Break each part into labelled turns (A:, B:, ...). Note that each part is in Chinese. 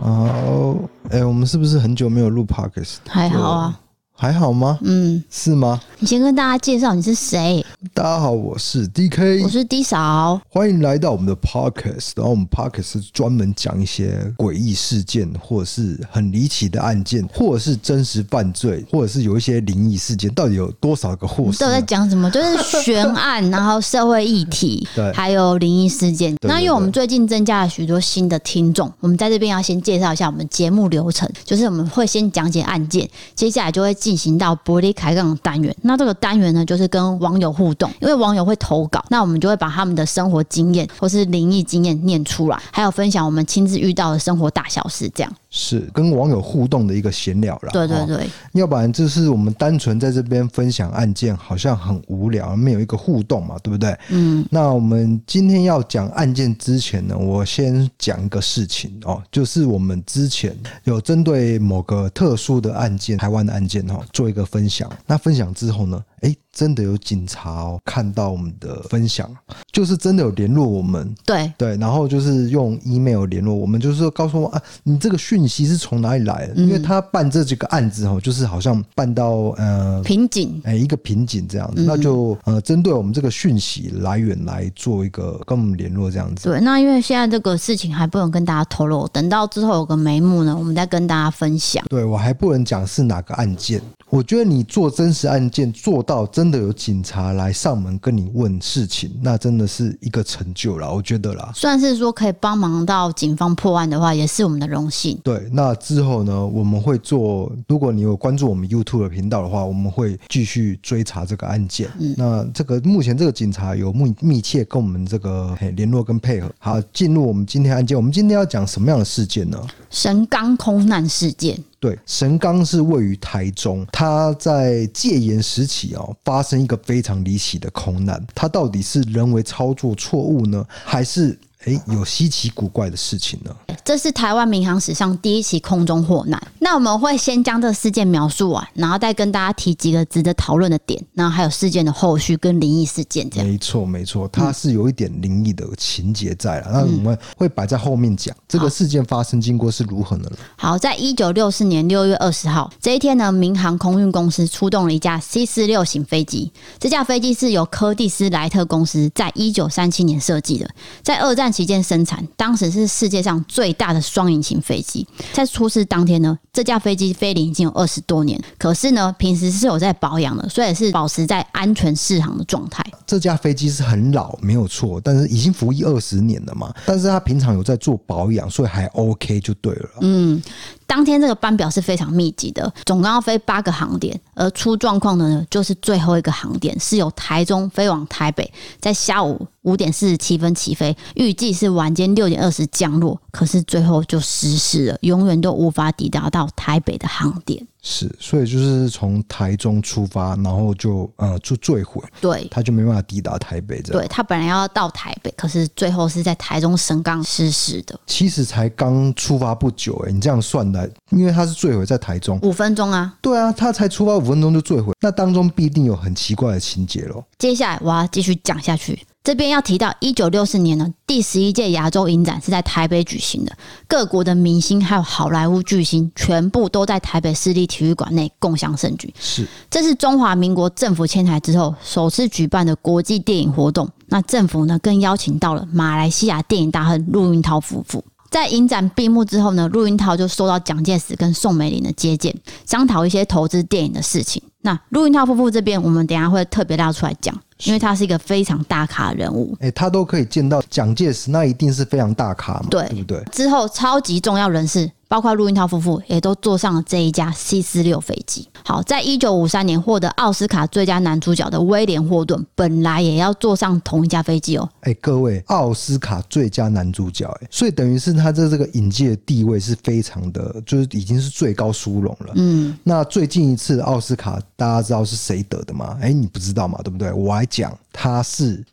A: 哦哎们是不是很久没有录 podcast？
B: 还好啊，
A: 还好吗？
B: 嗯，
A: 是吗？
B: 你先跟大家介绍你是谁，
A: 大家好，我是
B: 我
A: DK，
B: 是 D 嫂，
A: 欢迎来到我们的 podcast。然后我们 podcast 是专门讲一些诡异事件，或者是很离奇的案件，或者是真实犯罪，或者是有一些灵异事件，到底有多少个
B: 我
A: 或
B: 们
A: 是
B: 到底在
A: 呢？
B: 讲什么？就是悬 案，然后社会议题
A: 对，
B: 还有灵异事件。
A: 对
B: 那因为我们最近增加了许多新的听众，我们在这边要先介绍一下我们节目流程，就是我们会先讲解案件，接下来就会进行到玻璃开杠的单元。那这个单元呢，就是跟网友互动，因为网友会投稿，那我们就会把他们的生活经验或是灵异经验念出来，还有分享我们亲自遇到的生活大小事，这样。
A: 是跟网友互动的一个闲聊啦。
B: 对对
A: 哦
B: 对。
A: 要不然就是我们单纯在这边分享案件，好像很无聊，没有一个互动嘛，对不对？嗯。那我们今天要讲案件之前呢，我先讲一个事情哦，就是我们之前有针对某个特殊的案件，台湾的案件哦，做一个分享。那分享之后呢，诶，真的有警察哦，看到我们的分享，就是真的有联络我们，
B: 对，
A: 对，然后就是用 email 联络我们，就是说告诉我啊，你这个讯息是从哪里来的？因为他办这几个案子哦，就是好像办到呃。
B: 瓶颈。
A: 哎，一个瓶颈这样子，那就呃，针对我们这个讯息来源来做一个跟我们联络这样子。
B: 对，那因为现在这个事情还不能跟大家透露，等到之后有个眉目呢，我们再跟大家分享。
A: 对我还不能讲是哪个案件，我觉得你做真实案件做到真的有警察来上门跟你问事情，那真的是一个成就啦，我觉得啦。
B: 算是说可以帮忙到警方破案的话，也是我们的荣幸。
A: 对，那之后呢，我们会做。如果你有关注我们 YouTube 的频道的话，我们会继续追查这个案件。那这个目前这个警察有密密切跟我们这个嘿联络跟配合。好，进入我们今天的案件，我们今天要讲什么样的事件呢？
B: 神冈空难事件，
A: 对，神冈是位于台中，它在戒严时期哦，发生一个非常离奇的空难。它到底是人为操作错误呢，还是诶有稀奇古怪的事情呢？
B: 这是台湾民航史上第一起空中祸难。那我们会先将这个事件描述完，然后再跟大家提几个值得讨论的点，然后还有事件的后续跟灵异事件这样。
A: 没错，没错，它是有一点灵异的情节在
B: 嗯
A: 了。那我们会摆在后面讲这个事件发生经过是如何的了。
B: 好，在一九六四年六月二十号这一天呢，民航空运公司出动了一架 C 四六型飞机。这架飞机是由柯蒂斯莱特公司在一九三七年设计的，在二战期间生产，当时是世界上最大的双引擎飞机。在出事当天呢，这架飞机飞龄已经有二十多年，可是呢，平时是有在保航的，所以是保持在安全适航的状态。
A: 这架飞机是很老，没有错，但是已经服役二十年了嘛。但是它平常有在做保养，所以还 OK 就对了。嗯，
B: 当天这个班表是非常密集的，总共要飞八个航点，而出状况的呢，就是最后一个航点是由台中飞往台北，在下午五点四十七分起飞，预计是晚间六点二十降落，可是最后就失事了，永远都无法抵达到台北的航点。
A: 是，所以就是从台中出发，然后就呃就坠毁，
B: 对。
A: 它就没办法抵达台北这样。
B: 对他本来要到台北，可是最后是在台中神冈失事的，
A: 其实才刚出发不久、欸，你这样算来，因为它是坠毁在台中。
B: 五分钟啊！
A: 对啊，它才出发五分钟就坠毁，那当中必定有很奇怪的情节咯。
B: 接下来我要继续讲下去。这边要提到，一九六四年呢，第十一届亚洲影展是在台北举行的，各国的明星还有好莱坞巨星全部都在台北市立体育馆内共享盛举。
A: 是，
B: 这是中华民国政府迁台之后首次举办的国际电影活动。那政府呢，更邀请到了马来西亚电影大亨陆云涛夫妇。在影展闭幕之后呢，陆云涛就受到蒋介石跟宋美龄的接见，商讨一些投资电影的事情。那陆云涛夫妇这边，我们等一下会特别拉出来讲，因为他是一个非常大咖的人物。
A: 哎、他都可以见到蒋介石，那一定是非常大咖嘛，
B: 对
A: 对不对？
B: 之后，超级重要人士，包括陆运涛夫妇，也都坐上了这一架 C 四六飞机。好，在一九五三年获得奥斯卡最佳男主角的威廉霍顿，本来也要坐上同一架飞机哦。
A: 哎、各位，奥斯卡最佳男主角、哎，所以等于是他在这个影界的地位是非常的，就是已经是最高殊荣了。嗯，那最近一次的奥斯卡，大家知道是谁得的吗？哎、你不知道嘛，对不对？我还讲他是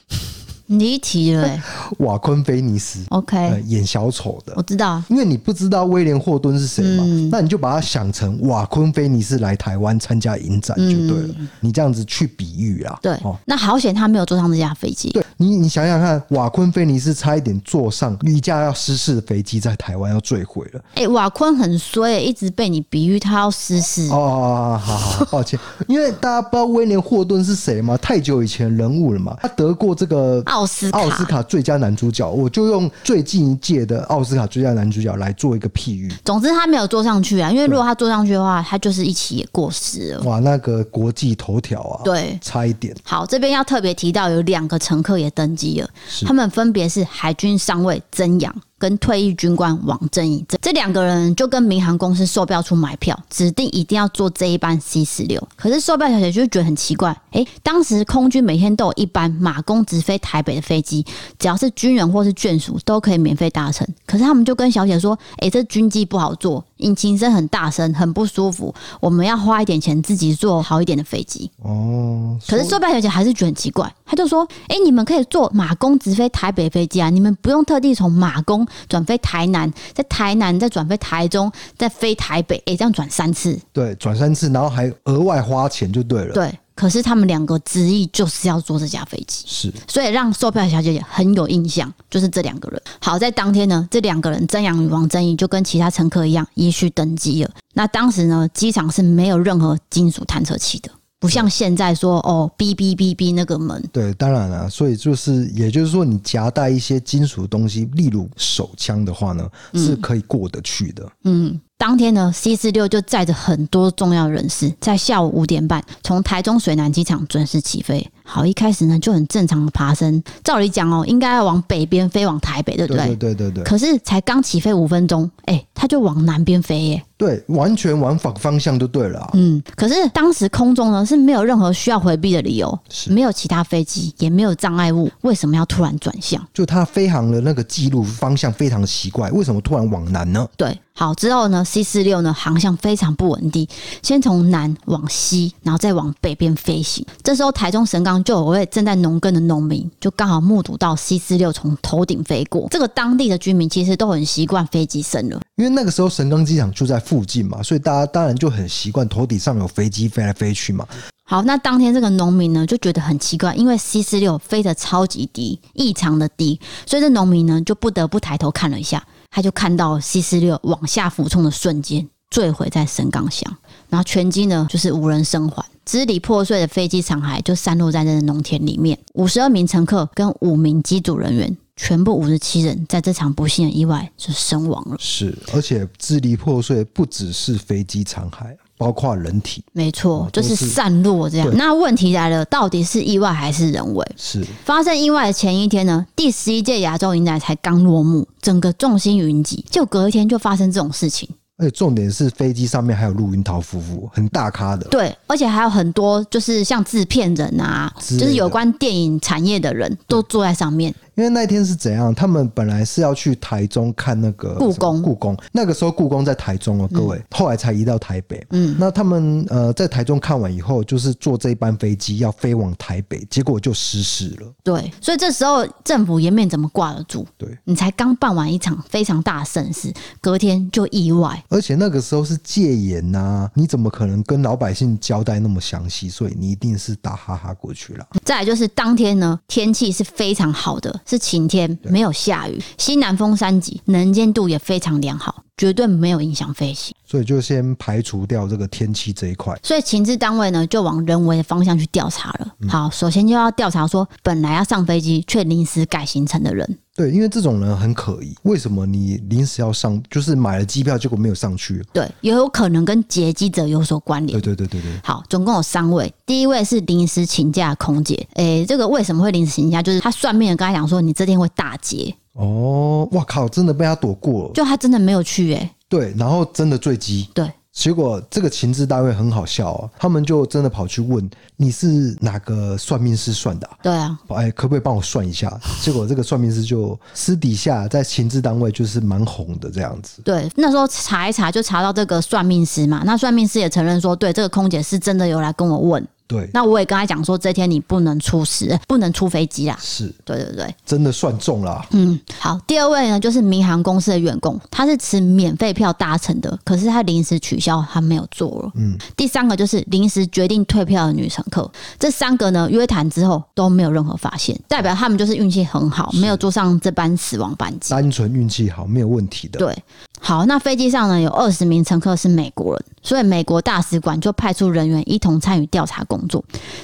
B: 离题了、欸、
A: 瓦昆菲尼斯，呃，
B: ，OK，
A: 演小丑的
B: 我。知道。
A: 因为你不知道威廉霍顿是谁嘛，
B: 嗯
A: 那你就把他想成瓦昆菲尼斯来台湾参加影展就对了。你这样子去比喻啦，
B: 嗯对
A: 哦，，
B: 那好险他没有坐上这架飞机。
A: 对，你你想想看，瓦昆菲尼斯差一点坐上一架要失事的飞机，在台湾要坠毁了。
B: 哎、瓦昆很衰、一直被你比喻他要失事。
A: 哦哦，哦好好好，抱歉，因为大家不知道威廉霍顿是谁嘛，太久以前人物了嘛，他得过这个
B: 奥斯卡
A: 奥斯卡最佳男主角，我就用最近一届的奥斯卡最佳男主角来做一个譬喻。
B: 总之他没有坐上去啊，因为如果他坐上去的话，他就是一起也过世了。
A: 哇，那个国际头条啊，
B: 对
A: 差一点，
B: 好，这边要特别提到有两个乘客也登机了，他们分别是海军上尉曾阳跟退役军官王正义，这这两个人就跟民航公司售票处买票，指定一定要坐这一班 C 十六。可是售票小姐就觉得很奇怪，诶、当时空军每天都有一班马公直飞台北的飞机，只要是军人或是眷属都可以免费搭乘。可是他们就跟小姐说，诶、这军机不好坐，引擎声很大声，很不舒服，我们要花一点钱自己坐好一点的飞机。
A: 哦，
B: 可是售票小姐还是觉得很奇怪，她就说：“哎、你们可以坐马公直飞台北飞机啊，你们不用特地从马公转飞台南，在台南再转飞台中，再飞台北，哎、这样转三次。
A: 对，转三次，然后还额外花钱就对了。”，
B: 对，可是他们两个执意就是要坐这架飞机。
A: 是
B: 所以让售票小姐姐很有印象，就是这两个人。好，在当天呢，这两个人曾阳与王正义就跟其他乘客一样依序登机了。那当时呢，机场是没有任何金属探测器的，不像现在说哦，哔哔哔哔那个门，
A: 对，当然了、所以就是，也就是说，你夹带一些金属东西，例如手枪的话呢，是可以过得去的。
B: 嗯，当天呢，C 四六就载着很多重要人士，在下午五点半从台中水南机场准时起飞。好，一开始呢就很正常的爬升，照理讲哦，应该要往北边飞往台北，对不
A: 对
B: 对？
A: 对对对对
B: 可是才刚起飞五分钟，哎、它就往南边飞耶、
A: 对，完全往反方向就对了、啊。
B: 嗯，可是当时空中呢是没有任何需要回避的理由，没有其他飞机，也没有障碍物，为什么要突然转向？
A: 就它飞航的那个记录方向非常奇怪，为什么突然往南呢？
B: 对，好之后呢，C 四六呢航向非常不稳定，先从南往西，然后再往北边飞行。这时候台中神冈就有位正在农耕的农民，就刚好目睹到 C 四六从头顶飞过。这个当地的居民其实都很习惯飞机声了，
A: 因为那个时候神冈机场就在附近嘛，所以大家当然就很习惯头顶上有飞机飞来飞去嘛。
B: 好，那当天这个农民呢就觉得很奇怪，因为 C 四六飞得超级低，异常的低，所以这农民呢就不得不抬头看了一下，他就看到 C 四六往下俯冲的瞬间坠毁在神冈乡，然后全机呢就是无人生还，支离破碎的飞机残骸就散落在这个农田里面，五十二名乘客跟五名机组人员，全部五十七人在这场不幸的意外就身亡了。
A: 是，而且支离破碎，不只是飞机残骸，包括人体。
B: 没错
A: 哦，
B: 就
A: 都
B: 是
A: 是
B: 散落这样。那问题来了，到底是意外还是人为？
A: 是
B: 发生意外的前一天呢，第十一届亚洲影展才刚落幕，整个众星云集，就隔一天就发生这种事情。
A: 而且重点是飞机上面还有陆云桃夫妇，很大咖的。
B: 对，而且还有很多就是像制片人啊，
A: 之类
B: 就
A: 的
B: 是有关电影产业的人都坐在上面。
A: 因为那天是怎样？他们本来是要去台中看那个
B: 故宫
A: 什么故宫那个时候故宫在台中哦，各位，后来才移到台北。
B: 嗯，
A: 那他们呃在台中看完以后，就是坐这一班飞机要飞往台北，结果就失事了。
B: 对，所以这时候政府颜面怎么挂得住？
A: 对，
B: 你才刚办完一场非常大的盛事，隔天就意外。
A: 而且那个时候是戒严呐、你怎么可能跟老百姓交代那么详细？所以你一定是打哈哈过去了。
B: 再来就是当天呢，天气是非常好的，是晴天，没有下雨，西南风三级，能见度也非常良好，绝对没有影响飞行。
A: 所以就先排除掉这个天气这一块。
B: 所以情治单位呢就往人为的方向去调查了。好，首先就要调查说本来要上飞机却临时改行程的人。
A: 对，因为这种人很可疑。为什么你临时要上？就是买了机票，结果没有上去。
B: 对，也有可能跟劫机者有所关联
A: 对。对对对对，
B: 好，总共有三位。第一位是临时请假的空姐，诶、这个为什么会临时请假？就是他算命的跟他讲说，你这天会大劫，
A: 哦，哇靠，真的被他躲过了。
B: 就他真的没有去、欸，诶，
A: 对，然后真的坠机。
B: 对，
A: 结果这个情治单位很好笑哦，他们就真的跑去问你是哪个算命师算的、啊。
B: 对啊，
A: 哎，可不可以帮我算一下？结果这个算命师就私底下在情治单位就是蛮红的这样子，
B: 对，那时候查一查就查到这个算命师嘛，那算命师也承认说，对，这个空姐是真的有来跟我问。
A: 对，
B: 那我也跟他讲说，这天你不能出事，不能出飞机啦。
A: 是
B: 对对对，
A: 真的算中啊啦。
B: 嗯，好。第二位呢，就是民航公司的员工，他是持免费票搭乘的，可是他临时取消，他没有做了。
A: 嗯，
B: 第三个就是临时决定退票的女乘客，这三个呢约谈之后都没有任何发现，代表他们就是运气很好，没有坐上这班死亡班机。
A: 单纯运气好没有问题的。
B: 对，好，那飞机上呢有二十名乘客是美国人，所以美国大使馆就派出人员一同参与调查工作。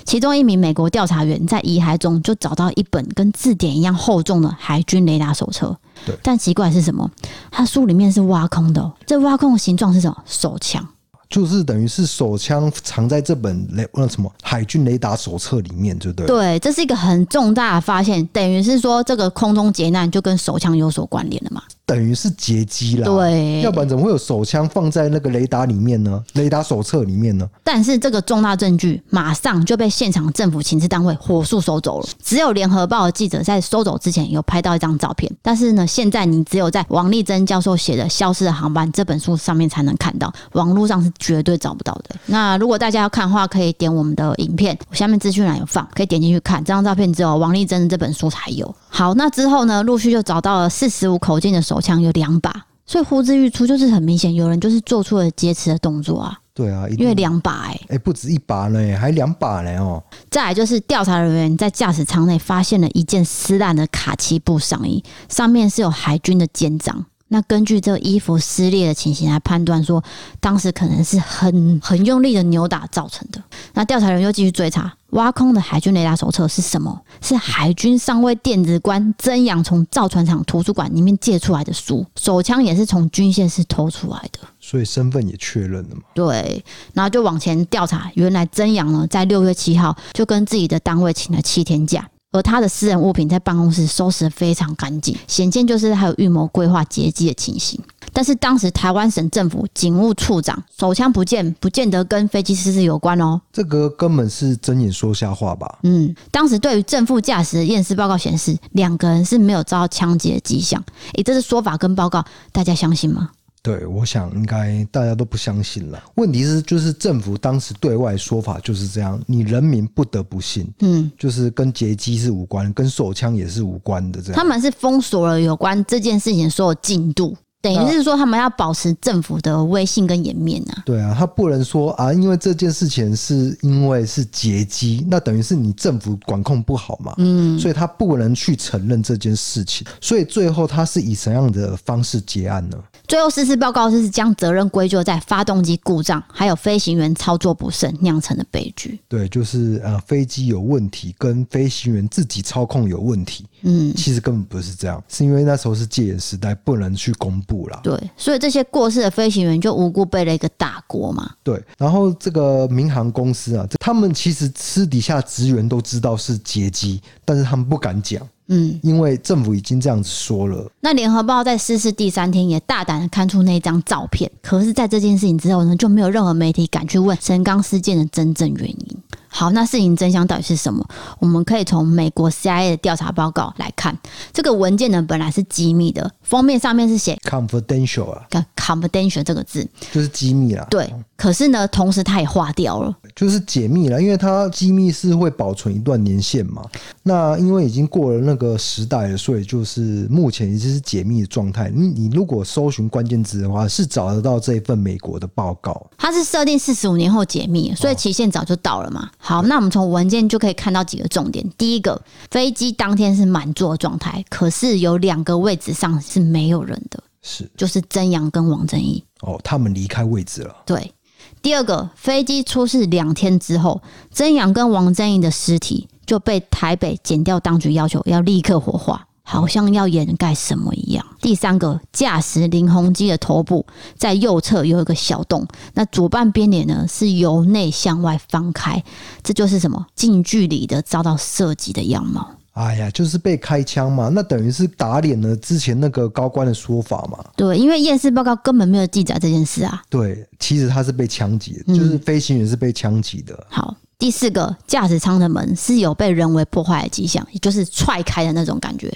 B: 其中一名美国调查员在遗骸中就找到一本跟字典一样厚重的海军雷达手册
A: 对。
B: 但奇怪的是什么？它书里面是挖空的、哦，这挖空的形状是什么？手枪。
A: 就是等于是手枪藏在这本雷那什么海军雷达手册里面，对不对？
B: 对，这是一个很重大的发现，等于是说这个空中劫难就跟手枪有所关联了嘛？
A: 等于是劫机啦。，
B: 对
A: 要。不然怎么会有手枪放在那个雷达里面呢？雷达手册里面呢？
B: 但是这个重大证据马上就被现场政府情治单位火速收走了。只有联合报的记者在收走之前有拍到一张照片，但是呢，现在你只有在王丽珍教授写的《消失的航班》这本书上面才能看到，网络上是绝对找不到的。那如果大家要看的话，可以点我们的影片，我下面资讯栏有放，可以点进去看。这张照片只有王丽珍的这本书才有。好，那之后呢，陆续就找到了四十五口径的手枪有两把。所以呼之欲出，就是很明显，有人就是做出了劫持的动作啊，
A: 对啊，一
B: 因为
A: 定。
B: 两把哎、
A: 哎、不止一把呢，还两把呢哦。
B: 再来就是调查人员在驾驶舱内发现了一件撕烂的卡其布上衣，上面是有海军的肩章。那根据这个衣服撕裂的情形来判断说，当时可能是很很用力的扭打造成的。那调查人又继续追查，挖空的海军雷达手册是什么？是海军上尉电子官曾阳从造船厂图书馆里面借出来的书，手枪也是从军械室偷出来的。
A: 所以身份也确认了嘛。
B: 对，然后就往前调查，原来曾阳呢，在六月七号就跟自己的单位请了七天假，而他的私人物品在办公室收拾的非常干净，显见就是还有预谋规划劫机的情形。但是当时台湾省政府警务处长手枪不见，不见得跟飞机失事有关哦。
A: 这个根本是睁眼说瞎话吧？
B: 嗯，当时对于正副驾驶的验尸报告显示，两个人是没有遭到枪击的迹象。诶，这是说法跟报告，大家相信吗？
A: 对，我想应该大家都不相信了。问题是，就是政府当时对外说法就是这样，你人民不得不信，
B: 嗯，
A: 就是跟劫机是无关，跟手枪也是无关的这
B: 他
A: 样。
B: 们是封锁了有关这件事情的所有进度，等于是说他们要保持政府的威信跟颜面啊。
A: 对啊，他不能说啊，因为这件事情是因为是劫机，那等于是你政府管控不好嘛，嗯，所以他不能去承认这件事情，所以最后他是以什么样的方式结案呢？
B: 最后实施报告是将责任归咎在发动机故障，还有飞行员操作不慎酿成的悲剧。
A: 对，就是呃，飞机有问题，跟飞行员自己操控有问题，
B: 嗯，
A: 其实根本不是这样，是因为那时候是戒严时代，不能去公布啦。
B: 对，所以这些过世的飞行员就无辜背了一个大锅嘛。
A: 对，然后这个民航公司啊，这他们其实私底下职员都知道是劫机，但是他们不敢讲，
B: 嗯，
A: 因为政府已经这样子说了。
B: 那联合报在失事第三天也大胆的刊出那张照片，可是，在这件事情之后呢，就没有任何媒体敢去问神冈事件的真正原因。好，那事情真相到底是什么？我们可以从美国 CIA 的调查报告来看，这个文件呢本来是机密的，封面上面是写
A: confidential 啊，
B: “呃 confidential” 这个字，
A: 就是机密啦，
B: 对，可是呢，同时它也划掉了。
A: 就是解密啦，因为它机密是会保存一段年限嘛。那因为已经过了那个时代了，所以就是目前已经是解密的状态。你你如果搜寻关键字的话，是找得到这一份美国的报告。
B: 它是设定四十五年后解密，所以期限早就到了嘛。好，那我们从文件就可以看到几个重点。第一个，飞机当天是满座的状态，可是有两个位置上是没有人的，
A: 是
B: 就是曾阳跟王正义。
A: 哦，他们离开位置了。
B: 对，第二个，飞机出事两天之后，曾阳跟王正义的尸体就被台北检调当局要求要立刻火化。好像要掩盖什么一样。第三个，驾驶林鸿基的头部在右侧有一个小洞，那左半边脸呢是由内向外翻开，这就是什么近距离的遭到射击的样貌。
A: 哎呀，就是被开枪嘛，那等于是打脸了之前那个高官的说法嘛。
B: 对，因为验尸报告根本没有记载这件事啊。
A: 对，其实他是被枪击的，
B: 嗯
A: 就是飞行员是被枪击的。
B: 好，第四个驾驶舱的门是有被人为破坏的迹象，也就是踹开的那种感觉。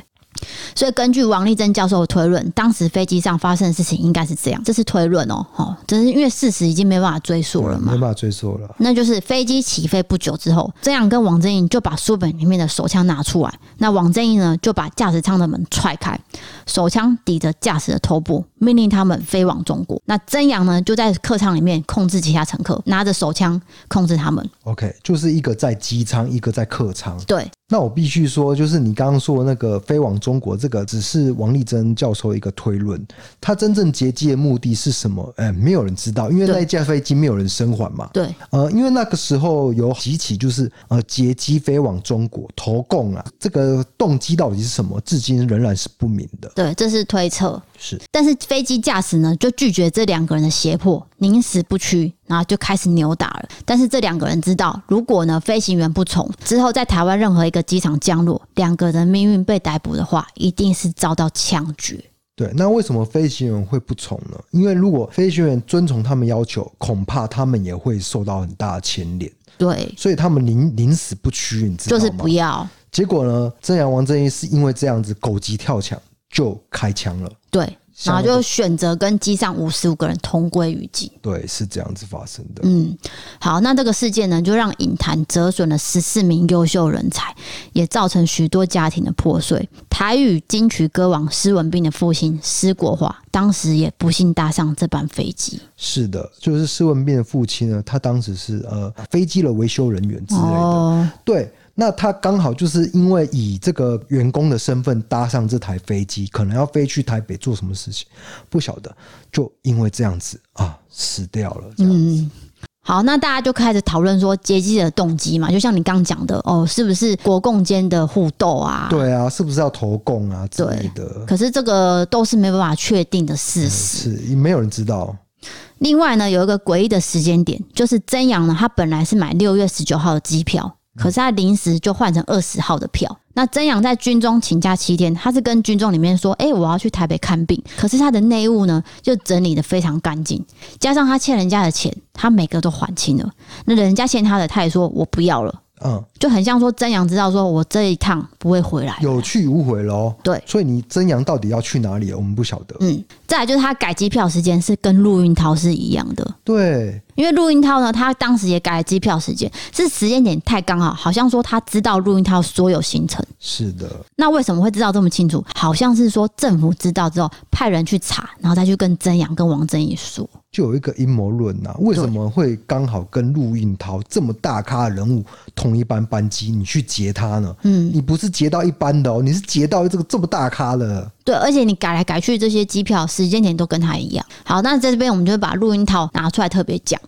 B: 所以根据王立珍教授的推论，当时飞机上发生的事情应该是这样，这是推论哦，哦，只是因为事实已经没办法追溯了
A: 嗯没
B: 嘛
A: 办。法追溯了。
B: 那就是飞机起飞不久之后，曾阳跟王正义就把书本里面的手枪拿出来，那王正义呢就把驾驶舱的门踹开，手枪抵着驾驶的头部，命令他们飞往中国。那曾阳呢就在客舱里面控制其他乘客，拿着手枪控制他们。
A: OK，就是一个在机舱，一个在客舱。
B: 对，
A: 那我必须说，就是你刚刚说的那个飞往中国，这个只是王丽珍教授一个推论，他真正劫机的目的是什么？哎、没有人知道，因为
B: 对
A: 那一架飞机没有人生还嘛。
B: 对，
A: 呃，因为那个时候有几起就是呃劫机飞往中国投共啊，这个动机到底是什么，至今仍然是不明的。
B: 对，这是推测。
A: 是，
B: 但是飞机驾驶呢，就拒绝这两个人的胁迫，宁死不屈，然后就开始扭打了。但是这两个人知道，如果呢飞行员不从，之后在台湾任何一个机场降落，两个人命运被逮捕的话，一定是遭到枪决。
A: 对，那为什么飞行员会不从呢？因为如果飞行员遵从他们要求，恐怕他们也会受到很大的牵连，
B: 对，
A: 所以他们宁宁死不屈，你知道
B: 就
A: 吗？
B: 是不要。
A: 结果呢，曾阳王正义是因为这样子狗急跳墙就开枪了。
B: 对，然后
A: 像那
B: 就选择跟机上五十五个人同归于尽。
A: 对，是这样子发生的。
B: 嗯，好，那这个事件呢，就让影坛折损了十四名优秀人才，也造成许多家庭的破碎。台语金曲歌王施文彬的父亲施国华，当时也不幸搭上这班飞机。
A: 是的，就是施文斌的父亲呢，他当时是呃飞机的维修人员之类的。
B: 哦，
A: 对，那他刚好就是因为以这个员工的身份搭上这台飞机，可能要飞去台北做什么事情，不晓得，就因为这样子啊死掉了。这样子
B: 嗯。好，那大家就开始讨论说劫机的动机嘛，就像你刚讲的哦，是不是国共间的互斗啊？。
A: 对啊，是不是要投共啊之类的？
B: 可是这个都是没办法确定的事实。
A: 是，没有人知道。
B: 另外呢，有一个诡异的时间点，就是曾阳呢，他本来是买六月十九号的机票，可是他临时就换成二十号的票。那曾阳在军中请假七天，他是跟军中里面说：“哎、我要去台北看病。”可是他的内务呢，就整理的非常干净，加上他欠人家的钱，他每个都还清了。那人家欠他的，他也说我不要了，
A: 嗯，
B: 就很像说曾阳知道说我这一趟不会回来。
A: 有去无回喽。
B: 对
A: 所以你真阳到底要去哪里，我们不晓得。
B: 嗯，再来就是他改机票时间是跟陆运涛是一样的，
A: 对，
B: 因为陆运涛呢，他当时也改了机票时间，是时间点太刚好，好像说他知道陆运涛所有行程。
A: 是的，
B: 那为什么会知道这么清楚？好像是说政府知道之后派人去查，然后再去跟曾阳跟王正义说。
A: 就有一个阴谋论呐，为什么会刚好跟陆运涛这么大咖的人物同一班班机，你去劫他呢？
B: 嗯，
A: 你不是劫到一般的哦，你是劫到这个这么大咖的。
B: 对，而且你改来改去，这些机票时间点都跟他一样。好，那在这边我们就把陆运涛拿出来特别讲，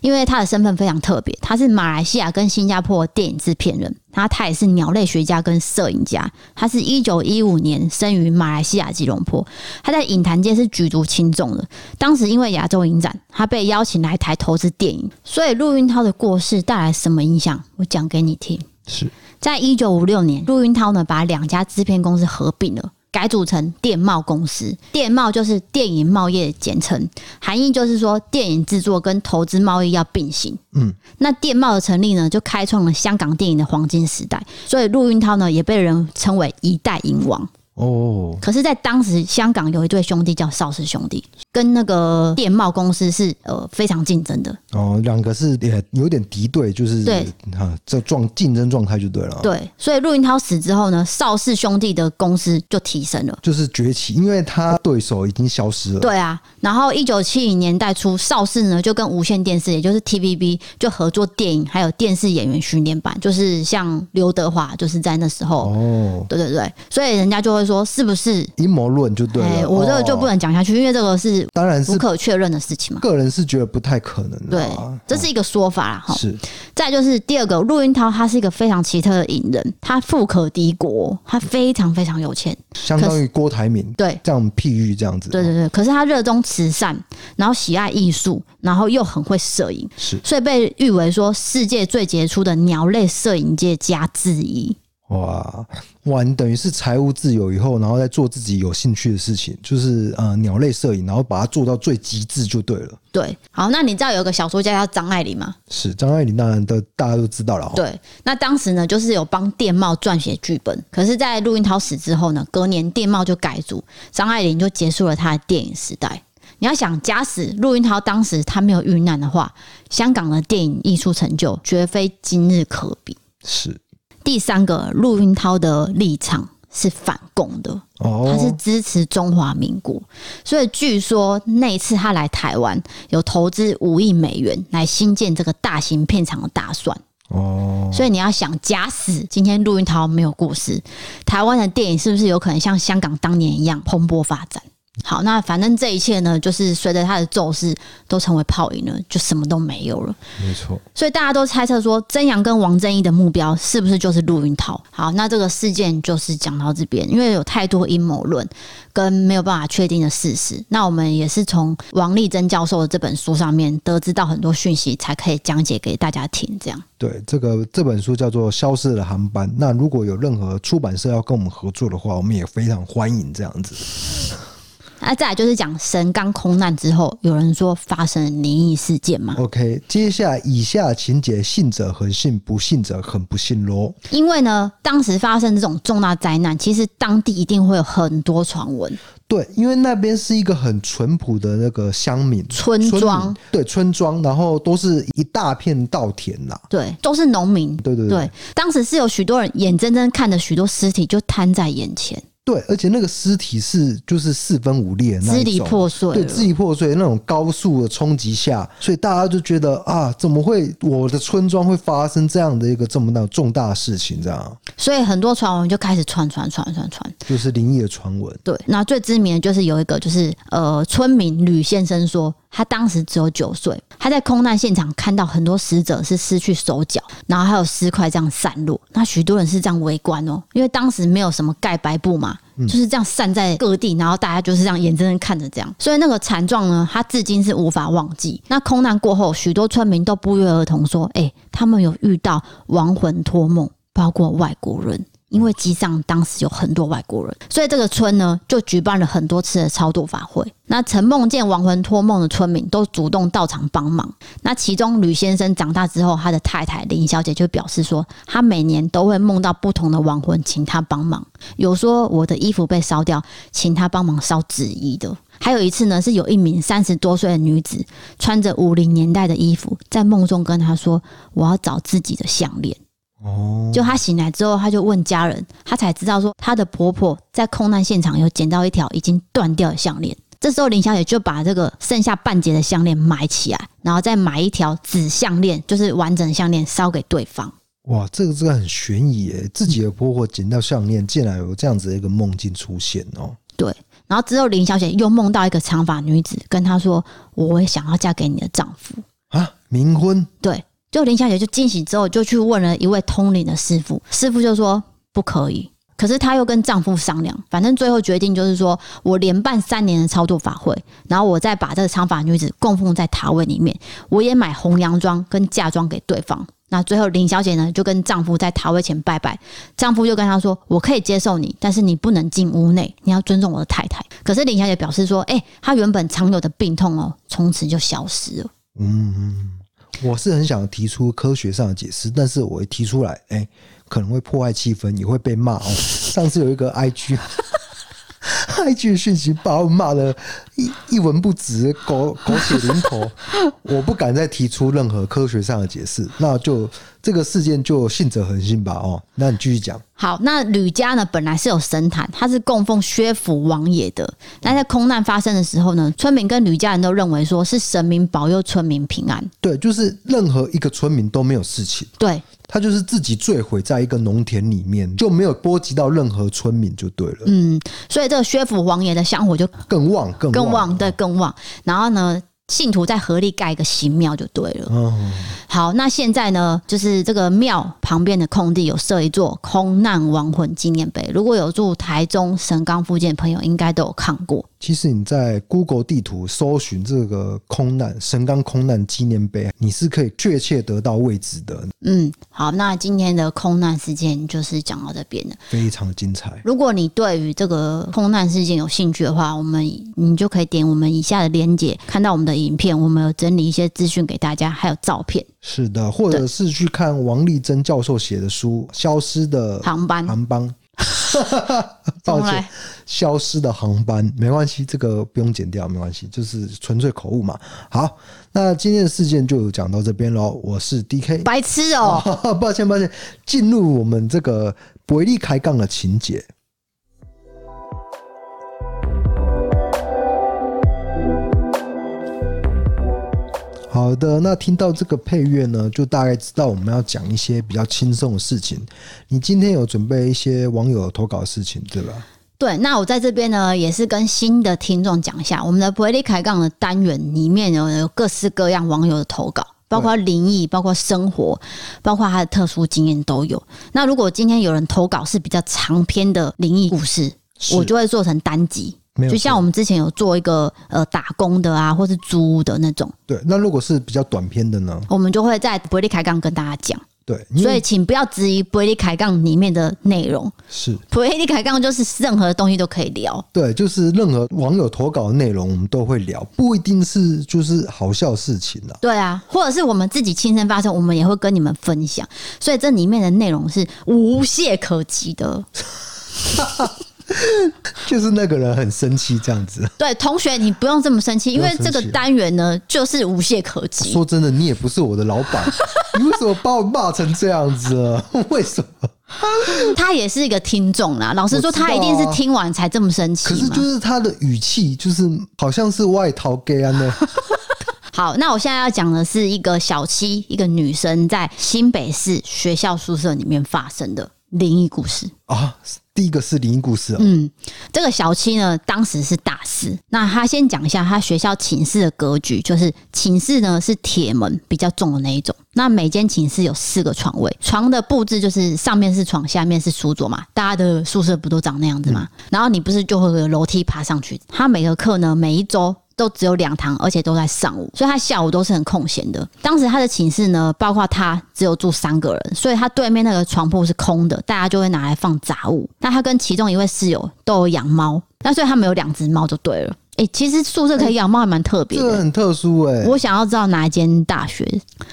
B: 因为他的身份非常特别，他是马来西亚跟新加坡的电影制片人，然后他也是鸟类学家跟摄影家。他是一九一五年生于马来西亚吉隆坡，他在影坛界是举足轻重的。当时因为亚洲影展，他被邀请来台投资电影，所以陆运涛的过世带来什么影响，我讲给你听。
A: 是
B: 在一九五六年，陆运涛呢把两家制片公司合并了。改组成电贸公司，电贸就是电影贸易的简称，含义就是说电影制作跟投资贸易要并行。
A: 嗯，
B: 那电贸的成立呢，就开创了香港电影的黄金时代，所以陆运涛呢也被人称为一代影王。
A: 哦，
B: 可是，在当时香港有一对兄弟叫邵氏兄弟，跟那个电贸公司是呃非常竞争的，
A: 哦，两个是也有点敌对，就是
B: 对
A: 啊，这状竞争状态就对了。，
B: 对，所以陆运涛死之后呢，邵氏兄弟的公司就提升了。
A: 就是崛起，因为他对手已经消失了。
B: 对啊，然后一九七零年代初，邵氏呢就跟无线电视，也就是 TVB 就合作电影，还有电视演员训练班，就是像刘德华，就是在那时候，
A: 哦，
B: 对对对，所以人家就会说是不是？哎
A: 阴谋论就对了。
B: 我这个就不
A: 哦，
B: 能讲下去，因为这个是
A: 当然
B: 无
A: 是
B: 可确认的事情嘛。
A: 个人是觉得不太可能的
B: 对
A: 啊。，
B: 这是一个说法啦。哈、
A: 是
B: 再就是第二个，陆云涛他是一个非常奇特的影人，他富可敌国，他非常非常有钱。
A: 相当于郭台铭
B: 对，
A: 这样譬喻这样子。
B: 对对对，可是他热衷慈善，然后喜爱艺术，然后又很会摄影，
A: 是
B: 所以被誉为说世界最杰出的鸟类摄影界家之一。
A: 哇哇，你等于是财务自由以后，然后再做自己有兴趣的事情，就是呃鸟类摄影，然后把它做到最极致就对了。
B: 对，好，那你知道有一个小说家叫张爱玲吗？
A: 是张爱玲，当然都大家都知道了。，
B: 对，那当时呢，就是有帮电报撰写剧本，可是，在陆运涛死之后呢，隔年电报就改组，张爱玲就结束了她的电影时代。你要想，假使陆运涛当时他没有遇难的话，香港的电影艺术成就绝非今日可比。
A: 是
B: 第三个，陆运涛的立场是反共的，他是
A: 哦，
B: 支持中华民国，所以据说那一次他来台湾有投资五亿美元来新建这个大型片场的打算。
A: 哦，
B: 所以你要想，假使今天陆运涛没有过世，台湾的电影是不是有可能像香港当年一样蓬勃发展？好，那反正这一切呢，就是随着他的骤逝都成为泡影了，就什么都没有了。
A: 没错，
B: 所以大家都猜测说，曾阳跟王正义的目标是不是就是陆云涛？好，那这个事件就是讲到这边，因为有太多阴谋论跟没有办法确定的事实。那我们也是从王丽珍教授的这本书上面得知到很多讯息，才可以讲解给大家听。这样，
A: 对，这个这本书叫做《消失的航班》。那如果有任何出版社要跟我们合作的话，我们也非常欢迎这样子。
B: 那再来就是讲神冈空难之后，有人说发生了灵异事件嘛？
A: OK，接下来以下情节，信者很信，不信者很不信喽。
B: 因为呢，当时发生这种重大灾难，其实当地一定会有很多传闻，
A: 对，因为那边是一个很淳朴的那个乡民
B: 村
A: 民
B: 庄
A: 对村庄，然后都是一大片稻田呐、
B: 对，都是农民，
A: 对对
B: 对
A: 对，
B: 当时是有许多人眼睁睁看着许多尸体就摊在眼前，
A: 对，而且那个尸体是就是四分五裂那
B: 支
A: 一
B: 离
A: 种
B: 破碎
A: 对，支
B: 了。
A: 离破碎那种高速的冲击下，所以大家就觉得啊，怎么会我的村庄会发生这样的一个这么大重大的事情？这样
B: 所以很多传闻就开始传传传传传。
A: 就是灵异的传闻。
B: 对，那最知名的就是有一个，就是呃，村民吕先生说，他当时只有九岁，他在空难现场看到很多死者是失去手脚，然后还有尸块这样散落。那许多人是这样围观哦，因为当时没有什么盖白布嘛，就是这样散在各地，然后大家就是这样眼睁睁看着这样。所以那个惨状呢，他至今是无法忘记。那空难过后，许多村民都不约而同说，哎、他们有遇到亡魂托梦，包括外国人。因为机上当时有很多外国人，所以这个村呢就举办了很多次的超度法会。那曾梦见亡魂托梦的村民都主动到场帮忙。那其中吕先生长大之后，他的太太林小姐就表示说，她每年都会梦到不同的亡魂，请他帮忙。有说我的衣服被烧掉，请他帮忙烧纸衣的。还有一次呢，是有一名三十多岁的女子，穿着五零年代的衣服，在梦中跟他说：“我要找自己的项链。”
A: 哦，
B: 就她醒来之后，她就问家人，她才知道说她的婆婆在空难现场有捡到一条已经断掉的项链。这时候林小姐就把这个剩下半截的项链埋起来，然后再买一条紫项链，就是完整的项链烧给对方。
A: 哇，这个这个很悬疑耶！自己的婆婆捡到项链，竟然有这样子的一个梦境出现哦。
B: 对，然后之后林小姐又梦到一个长发女子跟她说：“我也想要嫁给你的丈夫。”
A: 啊，冥婚
B: 对，就林小姐就惊醒之后，就去问了一位通灵的师傅，师傅就说不可以。可是她又跟丈夫商量，反正最后决定就是说，我连办三年的超度法会，然后我再把这个长发女子供奉在塔位里面，我也买红洋装跟嫁妆给对方。那最后林小姐呢，就跟丈夫在塔位前拜拜，丈夫就跟她说：“我可以接受你，但是你不能进屋内，你要尊重我的太太。”可是林小姐表示说：“哎、她原本常有的病痛哦，从此就消失了。”
A: 我是很想提出科学上的解释，但是我一提出来，哎、可能会破坏气氛，也会被骂 哦。上次有一个 IG。IG 的讯息把我骂的一一文不值，狗狗血淋 头，我不敢再提出任何科学上的解释，那就这个事件就信者恒信吧哦。那你继续讲，
B: 好，那吕家呢，本来是有神坛，它是供奉薛府王爷的。那在空难发生的时候呢，村民跟吕家人都认为说是神明保佑村民平安。
A: 对，就是任何一个村民都没有事情，
B: 对，
A: 他就是自己坠毁在一个农田里面，就没有波及到任何村民就对了，嗯，
B: 所以这个薛府王爷的香火就
A: 更旺更
B: 更
A: 旺
B: 旺，对，更旺。然后呢，信徒再合力盖一个新庙就对了。
A: 嗯，
B: 好，那现在呢，就是这个庙旁边的空地有设一座空难亡魂纪念碑，如果有住台中神冈附近的朋友，应该都有看过。
A: 其实你在 Google 地图搜寻这个空难神冈空难纪念碑，你是可以确切得到位置的，
B: 嗯，好，那今天的空难事件就是讲到这边了。
A: 非常精彩。
B: 如果你对于这个空难事件有兴趣的话，我们你就可以点我们以下的链接，看到我们的影片，我们有整理一些资讯给大家，还有照片。
A: 是的，或者是去看王丽珍教授写的书《消失的
B: 航班，
A: 航班》。
B: 重
A: 抱
B: 来
A: 歉，消失的航班没关系，这个不用剪掉，没关系，就是纯粹口误嘛。好，那今天的事件就讲到这边喽。我是 D K，
B: 白痴哦、
A: 抱歉抱歉，进入我们这个伯利开杠的情节。好的，那听到这个配乐呢，就大概知道我们要讲一些比较轻松的事情。你今天有准备一些网友投稿的事情，对吧？
B: 对，那我在这边呢，也是跟新的听众讲一下，我们的伯利开杠的单元里面有有各式各样网友的投稿。包括灵异，包括生活，包括他的特殊经验都有。那如果今天有人投稿是比较长篇的灵异故事，
A: 是
B: 我就会做成单集。
A: 没有
B: 就像
A: 错
B: 我们之前有做一个呃打工的啊，或是租屋的那种，
A: 对，那如果是比较短篇的呢？
B: 我们就会在伯利开杠跟大家讲。
A: 对，因为
B: 所以请不要质疑伯利开杠里面的内容，
A: 是
B: 伯利开杠就是任何东西都可以聊。
A: 对，就是任何网友投稿的内容，我们都会聊，不一定是就是好笑的事情啦。
B: 对啊，或者是我们自己亲身发生，我们也会跟你们分享，所以这里面的内容是无懈可击的。
A: 就是那个人很生气这样子。
B: 对，同学你不用这么生气，因为
A: 不要
B: 这
A: 生气啊
B: 个单元呢就是无懈可击。
A: 说真的，你也不是我的老板， 你为什么把我骂成这样子啊？ 为什么？
B: 他也是一个听众啦，老实说，
A: 我知道啊
B: 他一定是听完才这么生
A: 可
B: 气
A: 是
B: 嘛
A: 就。是他的语气，就是好像是外逃 gay 啊呢。
B: 好，那我现在要讲的是一个小七，一个女生在新北市学校宿舍里面发生的灵异故事。
A: 啊，第一个是灵异故事、啊，
B: 嗯，这个小七呢，当时是大四。那他先讲一下他学校寝室的格局，就是寝室呢是铁门比较重的那一种。那每间寝室有四个床位，床的布置就是上面是床，下面是书桌嘛。大家的宿舍不都长那样子嘛？然后你不是就会有楼梯爬上去？他每个课呢，每一周都只有两堂，而且都在上午，所以他下午都是很空闲的。当时他的寝室呢，包括他只有住三个人，所以他对面那个床铺是空的，大家就会拿来放杂物。那他跟其中一位室友都有养猫，那所以他们有两只猫就对了。诶、其实宿舍可以养猫还蛮特别
A: 这
B: 的、
A: 个很特殊哎、
B: 我想要知道哪一间大学。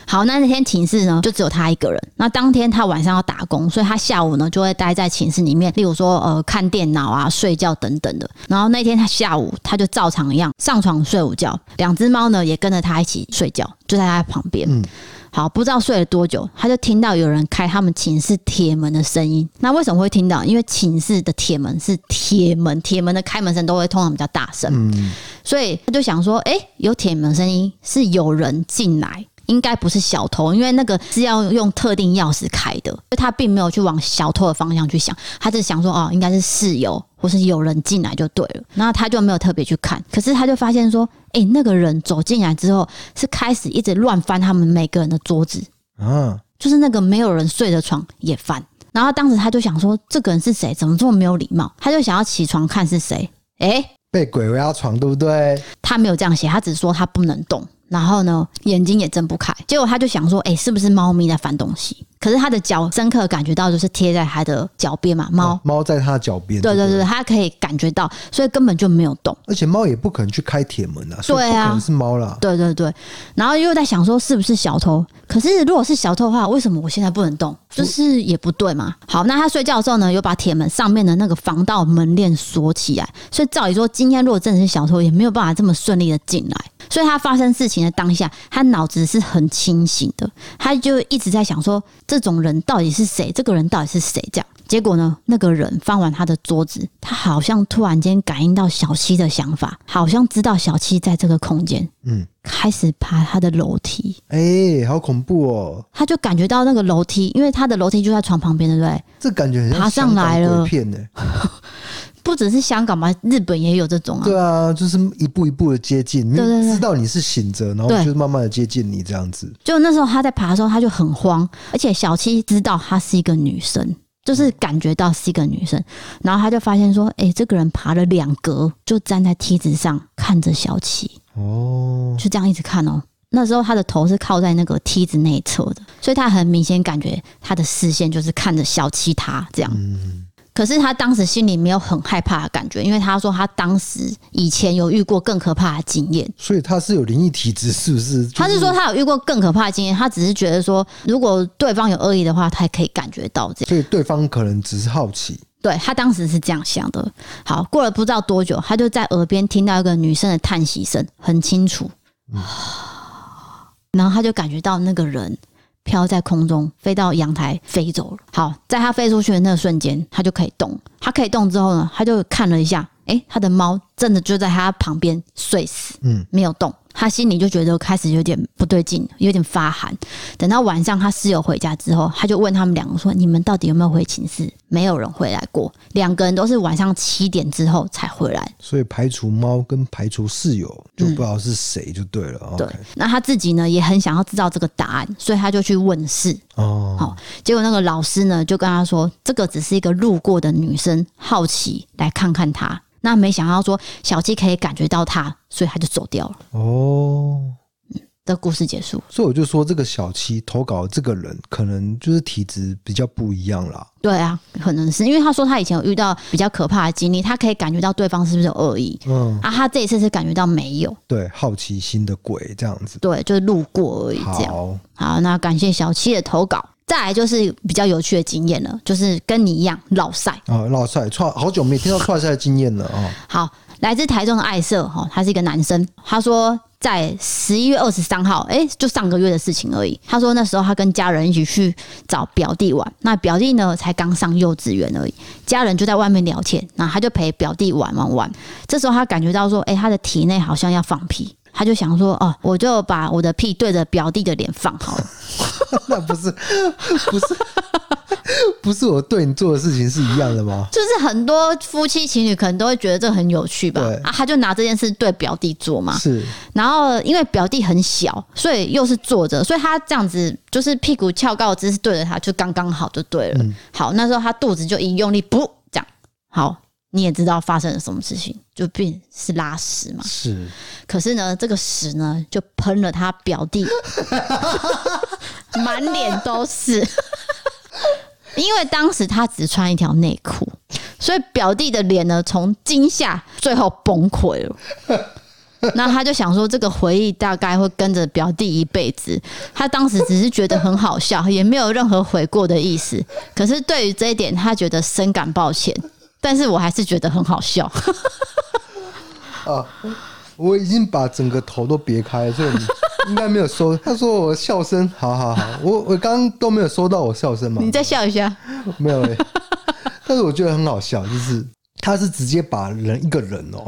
B: 好，那那天寝室呢，就只有他一个人。那当天他晚上要打工，所以他下午呢就会待在寝室里面，例如说呃看电脑啊、睡觉等等的。然后那天他下午他就照常一样上床睡午觉，两只猫呢也跟着他一起睡觉，就在他旁边。
A: 嗯
B: 好，不知道睡了多久，他就听到有人开他们寝室铁门的声音。那为什么会听到？因为寝室的铁门是铁门，铁门的开门声都会通常比较大声。
A: 嗯，
B: 所以他就想说，诶，有铁门声音，是有人进来，应该不是小偷，因为那个是要用特定钥匙开的，所以他并没有去往小偷的方向去想，他只想说，哦，应该是室友或是有人进来就对了。然后他就没有特别去看，可是他就发现说，诶，那个人走进来之后，是开始一直乱翻他们每个人的桌子，
A: 啊，
B: 就是那个没有人睡的床也翻。然后当时他就想说，这个人是谁？怎么这么没有礼貌？他就想要起床看是谁。诶。
A: 被鬼压床，对不对？
B: 他没有这样写，他只说他不能动，然后呢，眼睛也睁不开。结果他就想说，哎、是不是猫咪在翻东西？可是他的脚深刻感觉到，就是贴在他的脚边嘛，猫。
A: 猫在他脚边，
B: 对
A: 对
B: 对
A: 不
B: 对，他可以感觉到，所以根本就没有动。
A: 而且猫也不可能去开铁门啊，所以不
B: 对啊
A: 可能是猫啦。
B: 对对对，然后又在想说是不是小偷？可是如果是小偷的话，为什么我现在不能动？就是也不对嘛。好，那他睡觉的时候呢，有把铁门上面的那个防盗门链锁起来，所以照理说，今天如果真的是小偷，也没有办法这么顺利的进来。所以他发生事情的当下，他脑子是很清醒的，他就一直在想说，这种人到底是谁？这个人到底是谁？这样。结果呢，那个人翻完他的桌子，他好像突然间感应到小七的想法，好像知道小七在这个空间，
A: 嗯，
B: 开始爬他的楼梯，
A: 哎、好恐怖哦！
B: 他就感觉到那个楼梯，因为他的楼梯就在床旁边，对不对？
A: 这感觉很像
B: 爬上来了
A: 香港鬼片呢、
B: 不只是香港嘛，日本也有这种啊。
A: 对啊，就是一步一步的接近，
B: 对对对
A: 知道你是醒着，然后
B: 对
A: 就是慢慢的接近你这样子。
B: 就那时候他在爬的时候，他就很慌，而且小七知道她是一个女生，就是感觉到是一个女生，然后他就发现说，哎、这个人爬了两格，就站在梯子上看着小七，
A: 哦，
B: 就这样一直看哦。那时候他的头是靠在那个梯子内侧的，所以他很明显感觉他的视线就是看着小七他这样。
A: 嗯，
B: 可是他当时心里没有很害怕的感觉，因为他说他当时以前有遇过更可怕的经验，
A: 所以他是有灵异体质，是不是？
B: 他是说他有遇过更可怕的经验，他只是觉得说，如果对方有恶意的话，他也可以感觉到这样。
A: 所以对方可能只是好奇，
B: 对他当时是这样想的。好，过了不知道多久，他就在耳边听到一个女生的叹息声，很清楚。 然后他就感觉到那个人飘在空中，飞到阳台飞走了。好，在他飞出去的那个瞬间，他就可以动。他可以动之后呢，他就看了一下，诶，他的猫真的就在他旁边睡死，
A: 嗯，
B: 没有动。他心里就觉得开始有点不对劲，有点发寒。等到晚上，他室友回家之后，他就问他们两个说：“你们到底有没有回寝室？”没有人回来过，两个人都是晚上七点之后才回来。
A: 所以排除猫跟排除室友就不知道是谁就对了。
B: 嗯
A: 哦
B: 对
A: OK，
B: 那他自己呢也很想要知道这个答案，所以他就去问事。
A: 哦，
B: 好结果那个老师呢就跟他说，这个只是一个路过的女生，好奇来看看他。那没想到说小七可以感觉到他，所以他就走掉了。
A: 哦，
B: 这故事结束。
A: 所以我就说这个小七投稿的这个人，可能就是体质比较不一样啦。
B: 对啊，可能是因为他说他以前有遇到比较可怕的经历，他可以感觉到对方是不是有恶意
A: 嗯，
B: 啊。他这一次是感觉到没有，
A: 对，好奇心的鬼这样子。
B: 对，就是路过而已这样。
A: 好，
B: 好，那感谢小七的投稿。再来就是比较有趣的经验了，就是跟你一样老晒。
A: 啊，老帅，踹好久没听到踹赛的经验了啊、
B: 好，来自台中的艾瑟哈，他是一个男生，他说。在十一月二十三号，哎、就上个月的事情而已。他说那时候他跟家人一起去找表弟玩，那表弟呢才刚上幼稚园而已，家人就在外面聊天，那他就陪表弟玩玩玩。这时候他感觉到说，哎、他的体内好像要放屁，他就想说，哦，我就把我的屁对着表弟的脸放好了。
A: 那不是不是不是我对你做的事情是一样的吗？
B: 就是很多夫妻情侣可能都会觉得这很有趣吧
A: 对？
B: 啊，他就拿这件事对表弟做嘛。
A: 是
B: 然后因为表弟很小，所以又是坐着，所以他这样子就是屁股翘高的姿势对着他，就刚刚好就对了。好，那时候他肚子就一用力，噗，这样。好，你也知道发生了什么事情，就变是拉屎嘛。
A: 是，
B: 可是呢，这个屎呢就喷了他表弟，满脸都是。因为当时他只穿一条内裤，所以表弟的脸呢从惊吓最后崩溃了。那他就想说，这个回忆大概会跟着表弟一辈子。他当时只是觉得很好笑，也没有任何悔过的意思。可是对于这一点，他觉得深感抱歉。但是我还是觉得很好笑。
A: 我已经把整个头都别开了，所以你应该没有收。 他说我笑声，好好好，我我刚刚都没有收到我笑声嘛
B: 你，再笑一下。
A: 没有、欸。但是我觉得很好笑，就是他是直接把人一个人哦、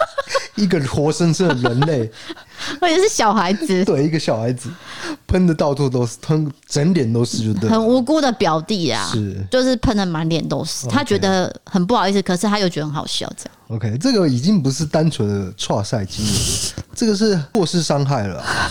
A: 一个活生生的人类，
B: 而且是小孩子，
A: 对一个小孩子喷的到处都是，喷整脸都是，就对了。
B: 很无辜的表弟啊，
A: 是
B: 就是喷的满脸都是，他觉得很不好意思，可是他又觉得很好笑，这样
A: OK，这个已经不是单纯的跨赛经验，这个是过失伤害 了啊。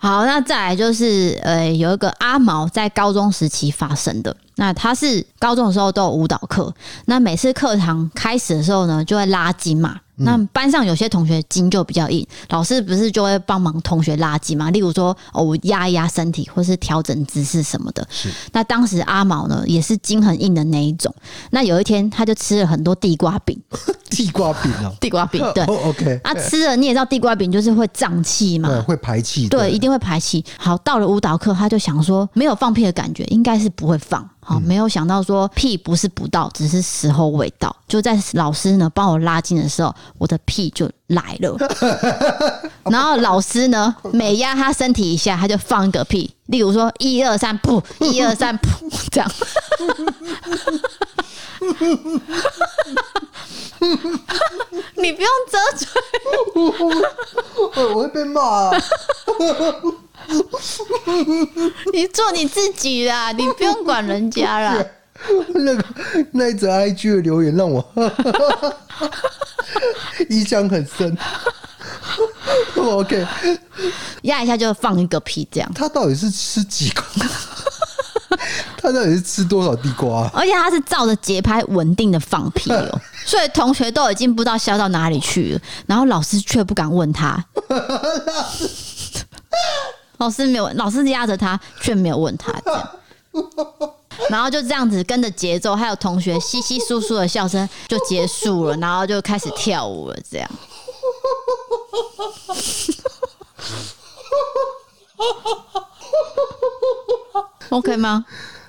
B: 好，那再来就是呃，有一个阿毛在高中时期发生的。那他是高中的时候都有舞蹈课，那每次课堂开始的时候呢，就会拉筋嘛。
A: 嗯
B: 那班上有些同学筋就比较硬，老师不是就会帮忙同学拉筋嘛？例如说，哦，我压一压身体，或是调整姿势什么的。
A: 是
B: 那当时阿毛呢，也是筋很硬的那一种。那有一天，他就吃了很多地瓜饼，
A: 地瓜饼啊，。
B: 地瓜饼对
A: o k
B: 啊，吃了你也知道，地瓜饼就是会胀气嘛
A: 对，，会排气，
B: 对，一定会排气。好，到了舞蹈课，他就想说，没有放屁的感觉，应该是不会放。好，没有想到说屁不是不到，只是时候未到。就在老师呢帮我拉筋的时候，我的屁就来了。然后老师呢每压他身体一下，他就放一个屁，例如说一二三噗，一二三噗这样。 你不用遮住。
A: 哎我会被骂啊。
B: 你做你自己啦，你不用管人家啦。
A: 那个那一则 IG 的留言让我 印象很深。OK，哦
B: 压一下就放一个屁这样。
A: 他到底是吃几 个？他到底是吃多少地瓜、啊？
B: 而且他是照着节拍稳定的放屁哦，所以同学都已经不知道笑到哪里去了，然后老师却不敢问他。老师没有，老师压着他，却没有问他这样。然后就这样子跟着节奏，还有同学稀稀疏疏的笑声就结束了，然后就开始跳舞了这样。OK 吗？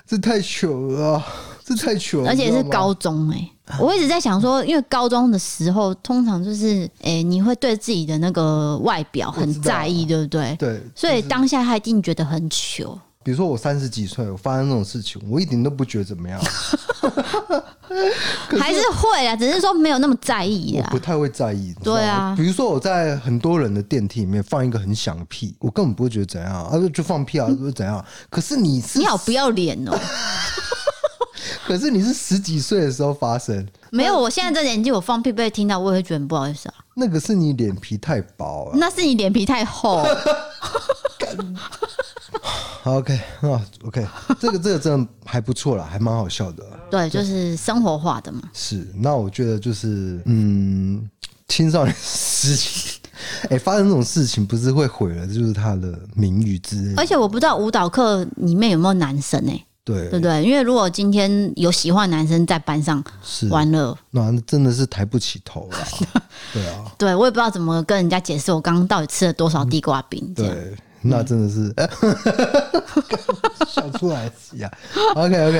A: 这太糗了啊、这太糗了，
B: 而且
A: 你
B: 是
A: 知道吗
B: 高中哎、我一直在想说，因为高中的时候通常就是哎、你会对自己的那个外表很在意，对不对？
A: 对。
B: 所以当下他一定觉得很糗。
A: 比如说我三十几岁，我发生那种事情，我一点都不觉得怎么样，
B: 啊还是会啊，只是说没有那么在意
A: 我
B: 啦
A: 不。太会在意。你知道吗
B: 对啊
A: 比如说我在很多人的电梯里面放一个很响的屁，我根本不会觉得怎样啊，就就放屁啊，又怎样？可是你是
B: 你好不要脸哦、
A: 可是你是十几岁的时候发生，
B: 没有，我现在这年纪，我放屁被听到，我也会觉得很不好意思 啊。
A: 那个是你脸皮太薄了。
B: 那是你脸皮太 厚，
A: 好 OK 啊，OK，这个这个真的还不错啦，还蛮好笑的。
B: 对，就是生活化的嘛。
A: 是，那我觉得就是嗯，青少年时期，哎、发生这种事情不是会毁了就是他的名誉之类的
B: 而且我不知道舞蹈课里面有没有男生哎、对
A: 对，
B: 不对？因为如果今天有喜欢的男生在班上
A: 是，
B: 玩了，
A: 那真的是抬不起头啦。 对啊，
B: 对我也不知道怎么跟人家解释我刚刚到底吃了多少地瓜饼这样。
A: 对，那真的是、 笑出来呀、OK OK，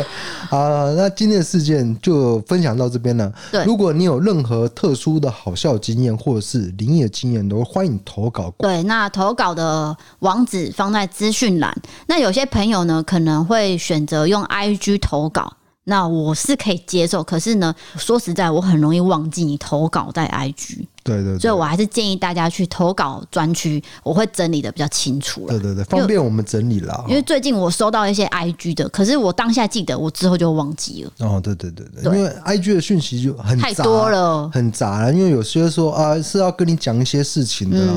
A: 啊，那今天的事件就分享到这边了。
B: 对
A: 如果你有任何特殊的好笑经验或者是灵异的经验，都欢迎投稿。
B: 对，那投稿的网址放在资讯栏。那有些朋友呢，可能会选择用 IG 投稿，那我是可以接受。可是呢，说实在，我很容易忘记你投稿在 IG，
A: 对对
B: 所以
A: 对，
B: 我还是建议大家去投稿专区，我会整理的比较清楚了
A: 对。对对，方便我们整理啦。
B: 因为最近我收到一些 IG 的，可是我当下记得，我之后就忘记了，
A: 哦，对对对对，
B: 对
A: 因为 I G 的讯息就很
B: 太
A: 杂
B: 多了。
A: 很杂了，因为有些说啊是要跟你讲一些事情的啦，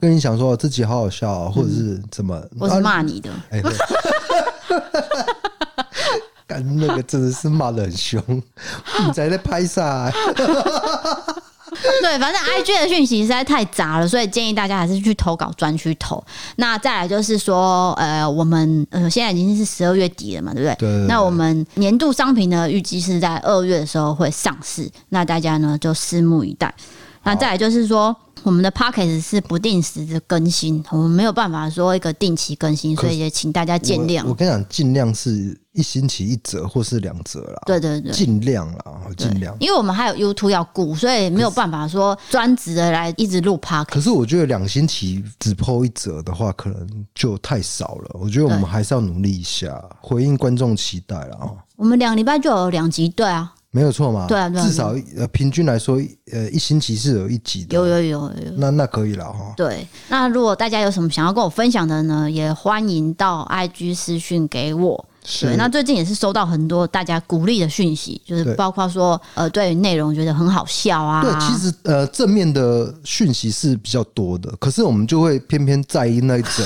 A: 跟你讲说哦自己好好笑啊，或者是怎么，
B: 我嗯是
A: 啊
B: 骂你的，
A: 哎，对 干那个真的是骂的很凶， 你才在拍啥、啊
B: 对，反正 IG 的讯息实在太杂了，所以建议大家还是去投稿专区投。那再来就是说，呃，我们呃现在已经是十二月底了嘛，对不对？
A: 对对对
B: 那我们年度商品呢，预计是在二月的时候会上市，那大家呢就拭目以待。那再来就是说。我们的 p o c k e t 是不定时的更新，我们没有办法说一个定期更新，所以也请大家见谅
A: 我。我。跟你讲，尽量是一星期一折或是两折啦，哦
B: 对对对，
A: 尽量啦，哦尽量。
B: 因为我们还有 YouTube 要顾，所以没有办法说专职的来一直录 p o c k e t
A: 可是我觉得两星期只剖一折的话，可能就太少了。我觉得我们
B: 对
A: 还是要努力一下，回应观众期待了啊。
B: 我们两礼拜就有两集，对啊，
A: 没有错嘛？
B: 对啊对啊
A: 至少呃，平均来说，呃，一星期是有一集的，
B: 有有有有。
A: 那那可以哦了哈。
B: 对，那如果大家有什么想要跟我分享的呢，也欢迎到 IG 私讯给我。对，那最近也是收到很多大家鼓励的讯息，就是
A: 对
B: 包括说，呃，对于内容觉得很好笑啊，
A: 对，其实呃，正面的讯息是比较多的，可是我们就会偏偏在意那一 则，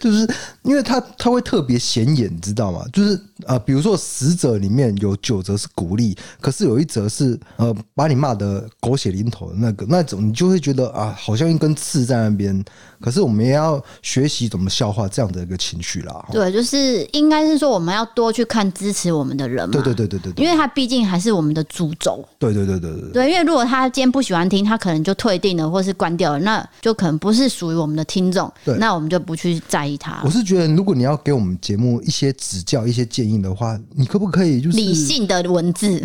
A: 就是因为它它会特别显眼，你知道吗？就是呃，比如说十则里面有九则是鼓励，可是有一则是呃把你骂的狗血淋头的那个那种，你就会觉得啊，好像一根刺在那边。可是我们也要学习怎么消化这样的一个情绪啦。哈
B: 对，就是应该是说我们要多去看支持我们的人嘛，
A: 对对对对对对
B: 因为他毕竟还是我们的主轴。
A: 对对对对对对
B: 对，因为如果他今天不喜欢听，他可能就退订了，或是关掉了，那就可能不是属于我们的听众
A: 对，
B: 那我们就不去在意他
A: 我
B: 了。
A: 是觉得，如果你要给我们节目一些指教、一些建议的话，你可不可以就是
B: 理性的文字，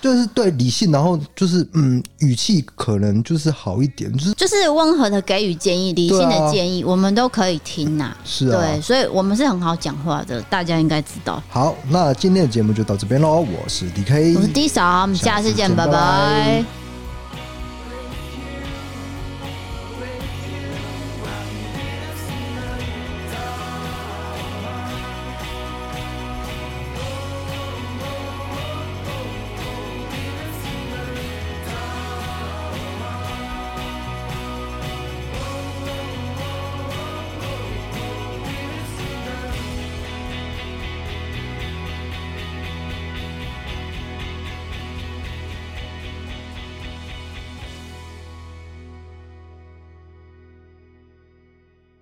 A: 就是对理性，然后就是嗯，语气可能就是好一点，就是
B: 就是温和的给予建议，理性
A: 对
B: 的
A: 啊
B: 建议，我们都可以听呐、
A: 是啊
B: 对，所以我们是很好讲话的，大家应该知道。
A: 好。那今天的节目就到这边喽，我是 D K，
B: 我是 D 嫂，我们下次
A: 下
B: 见，
A: 次见
B: 拜
A: 拜
B: 拜
A: 拜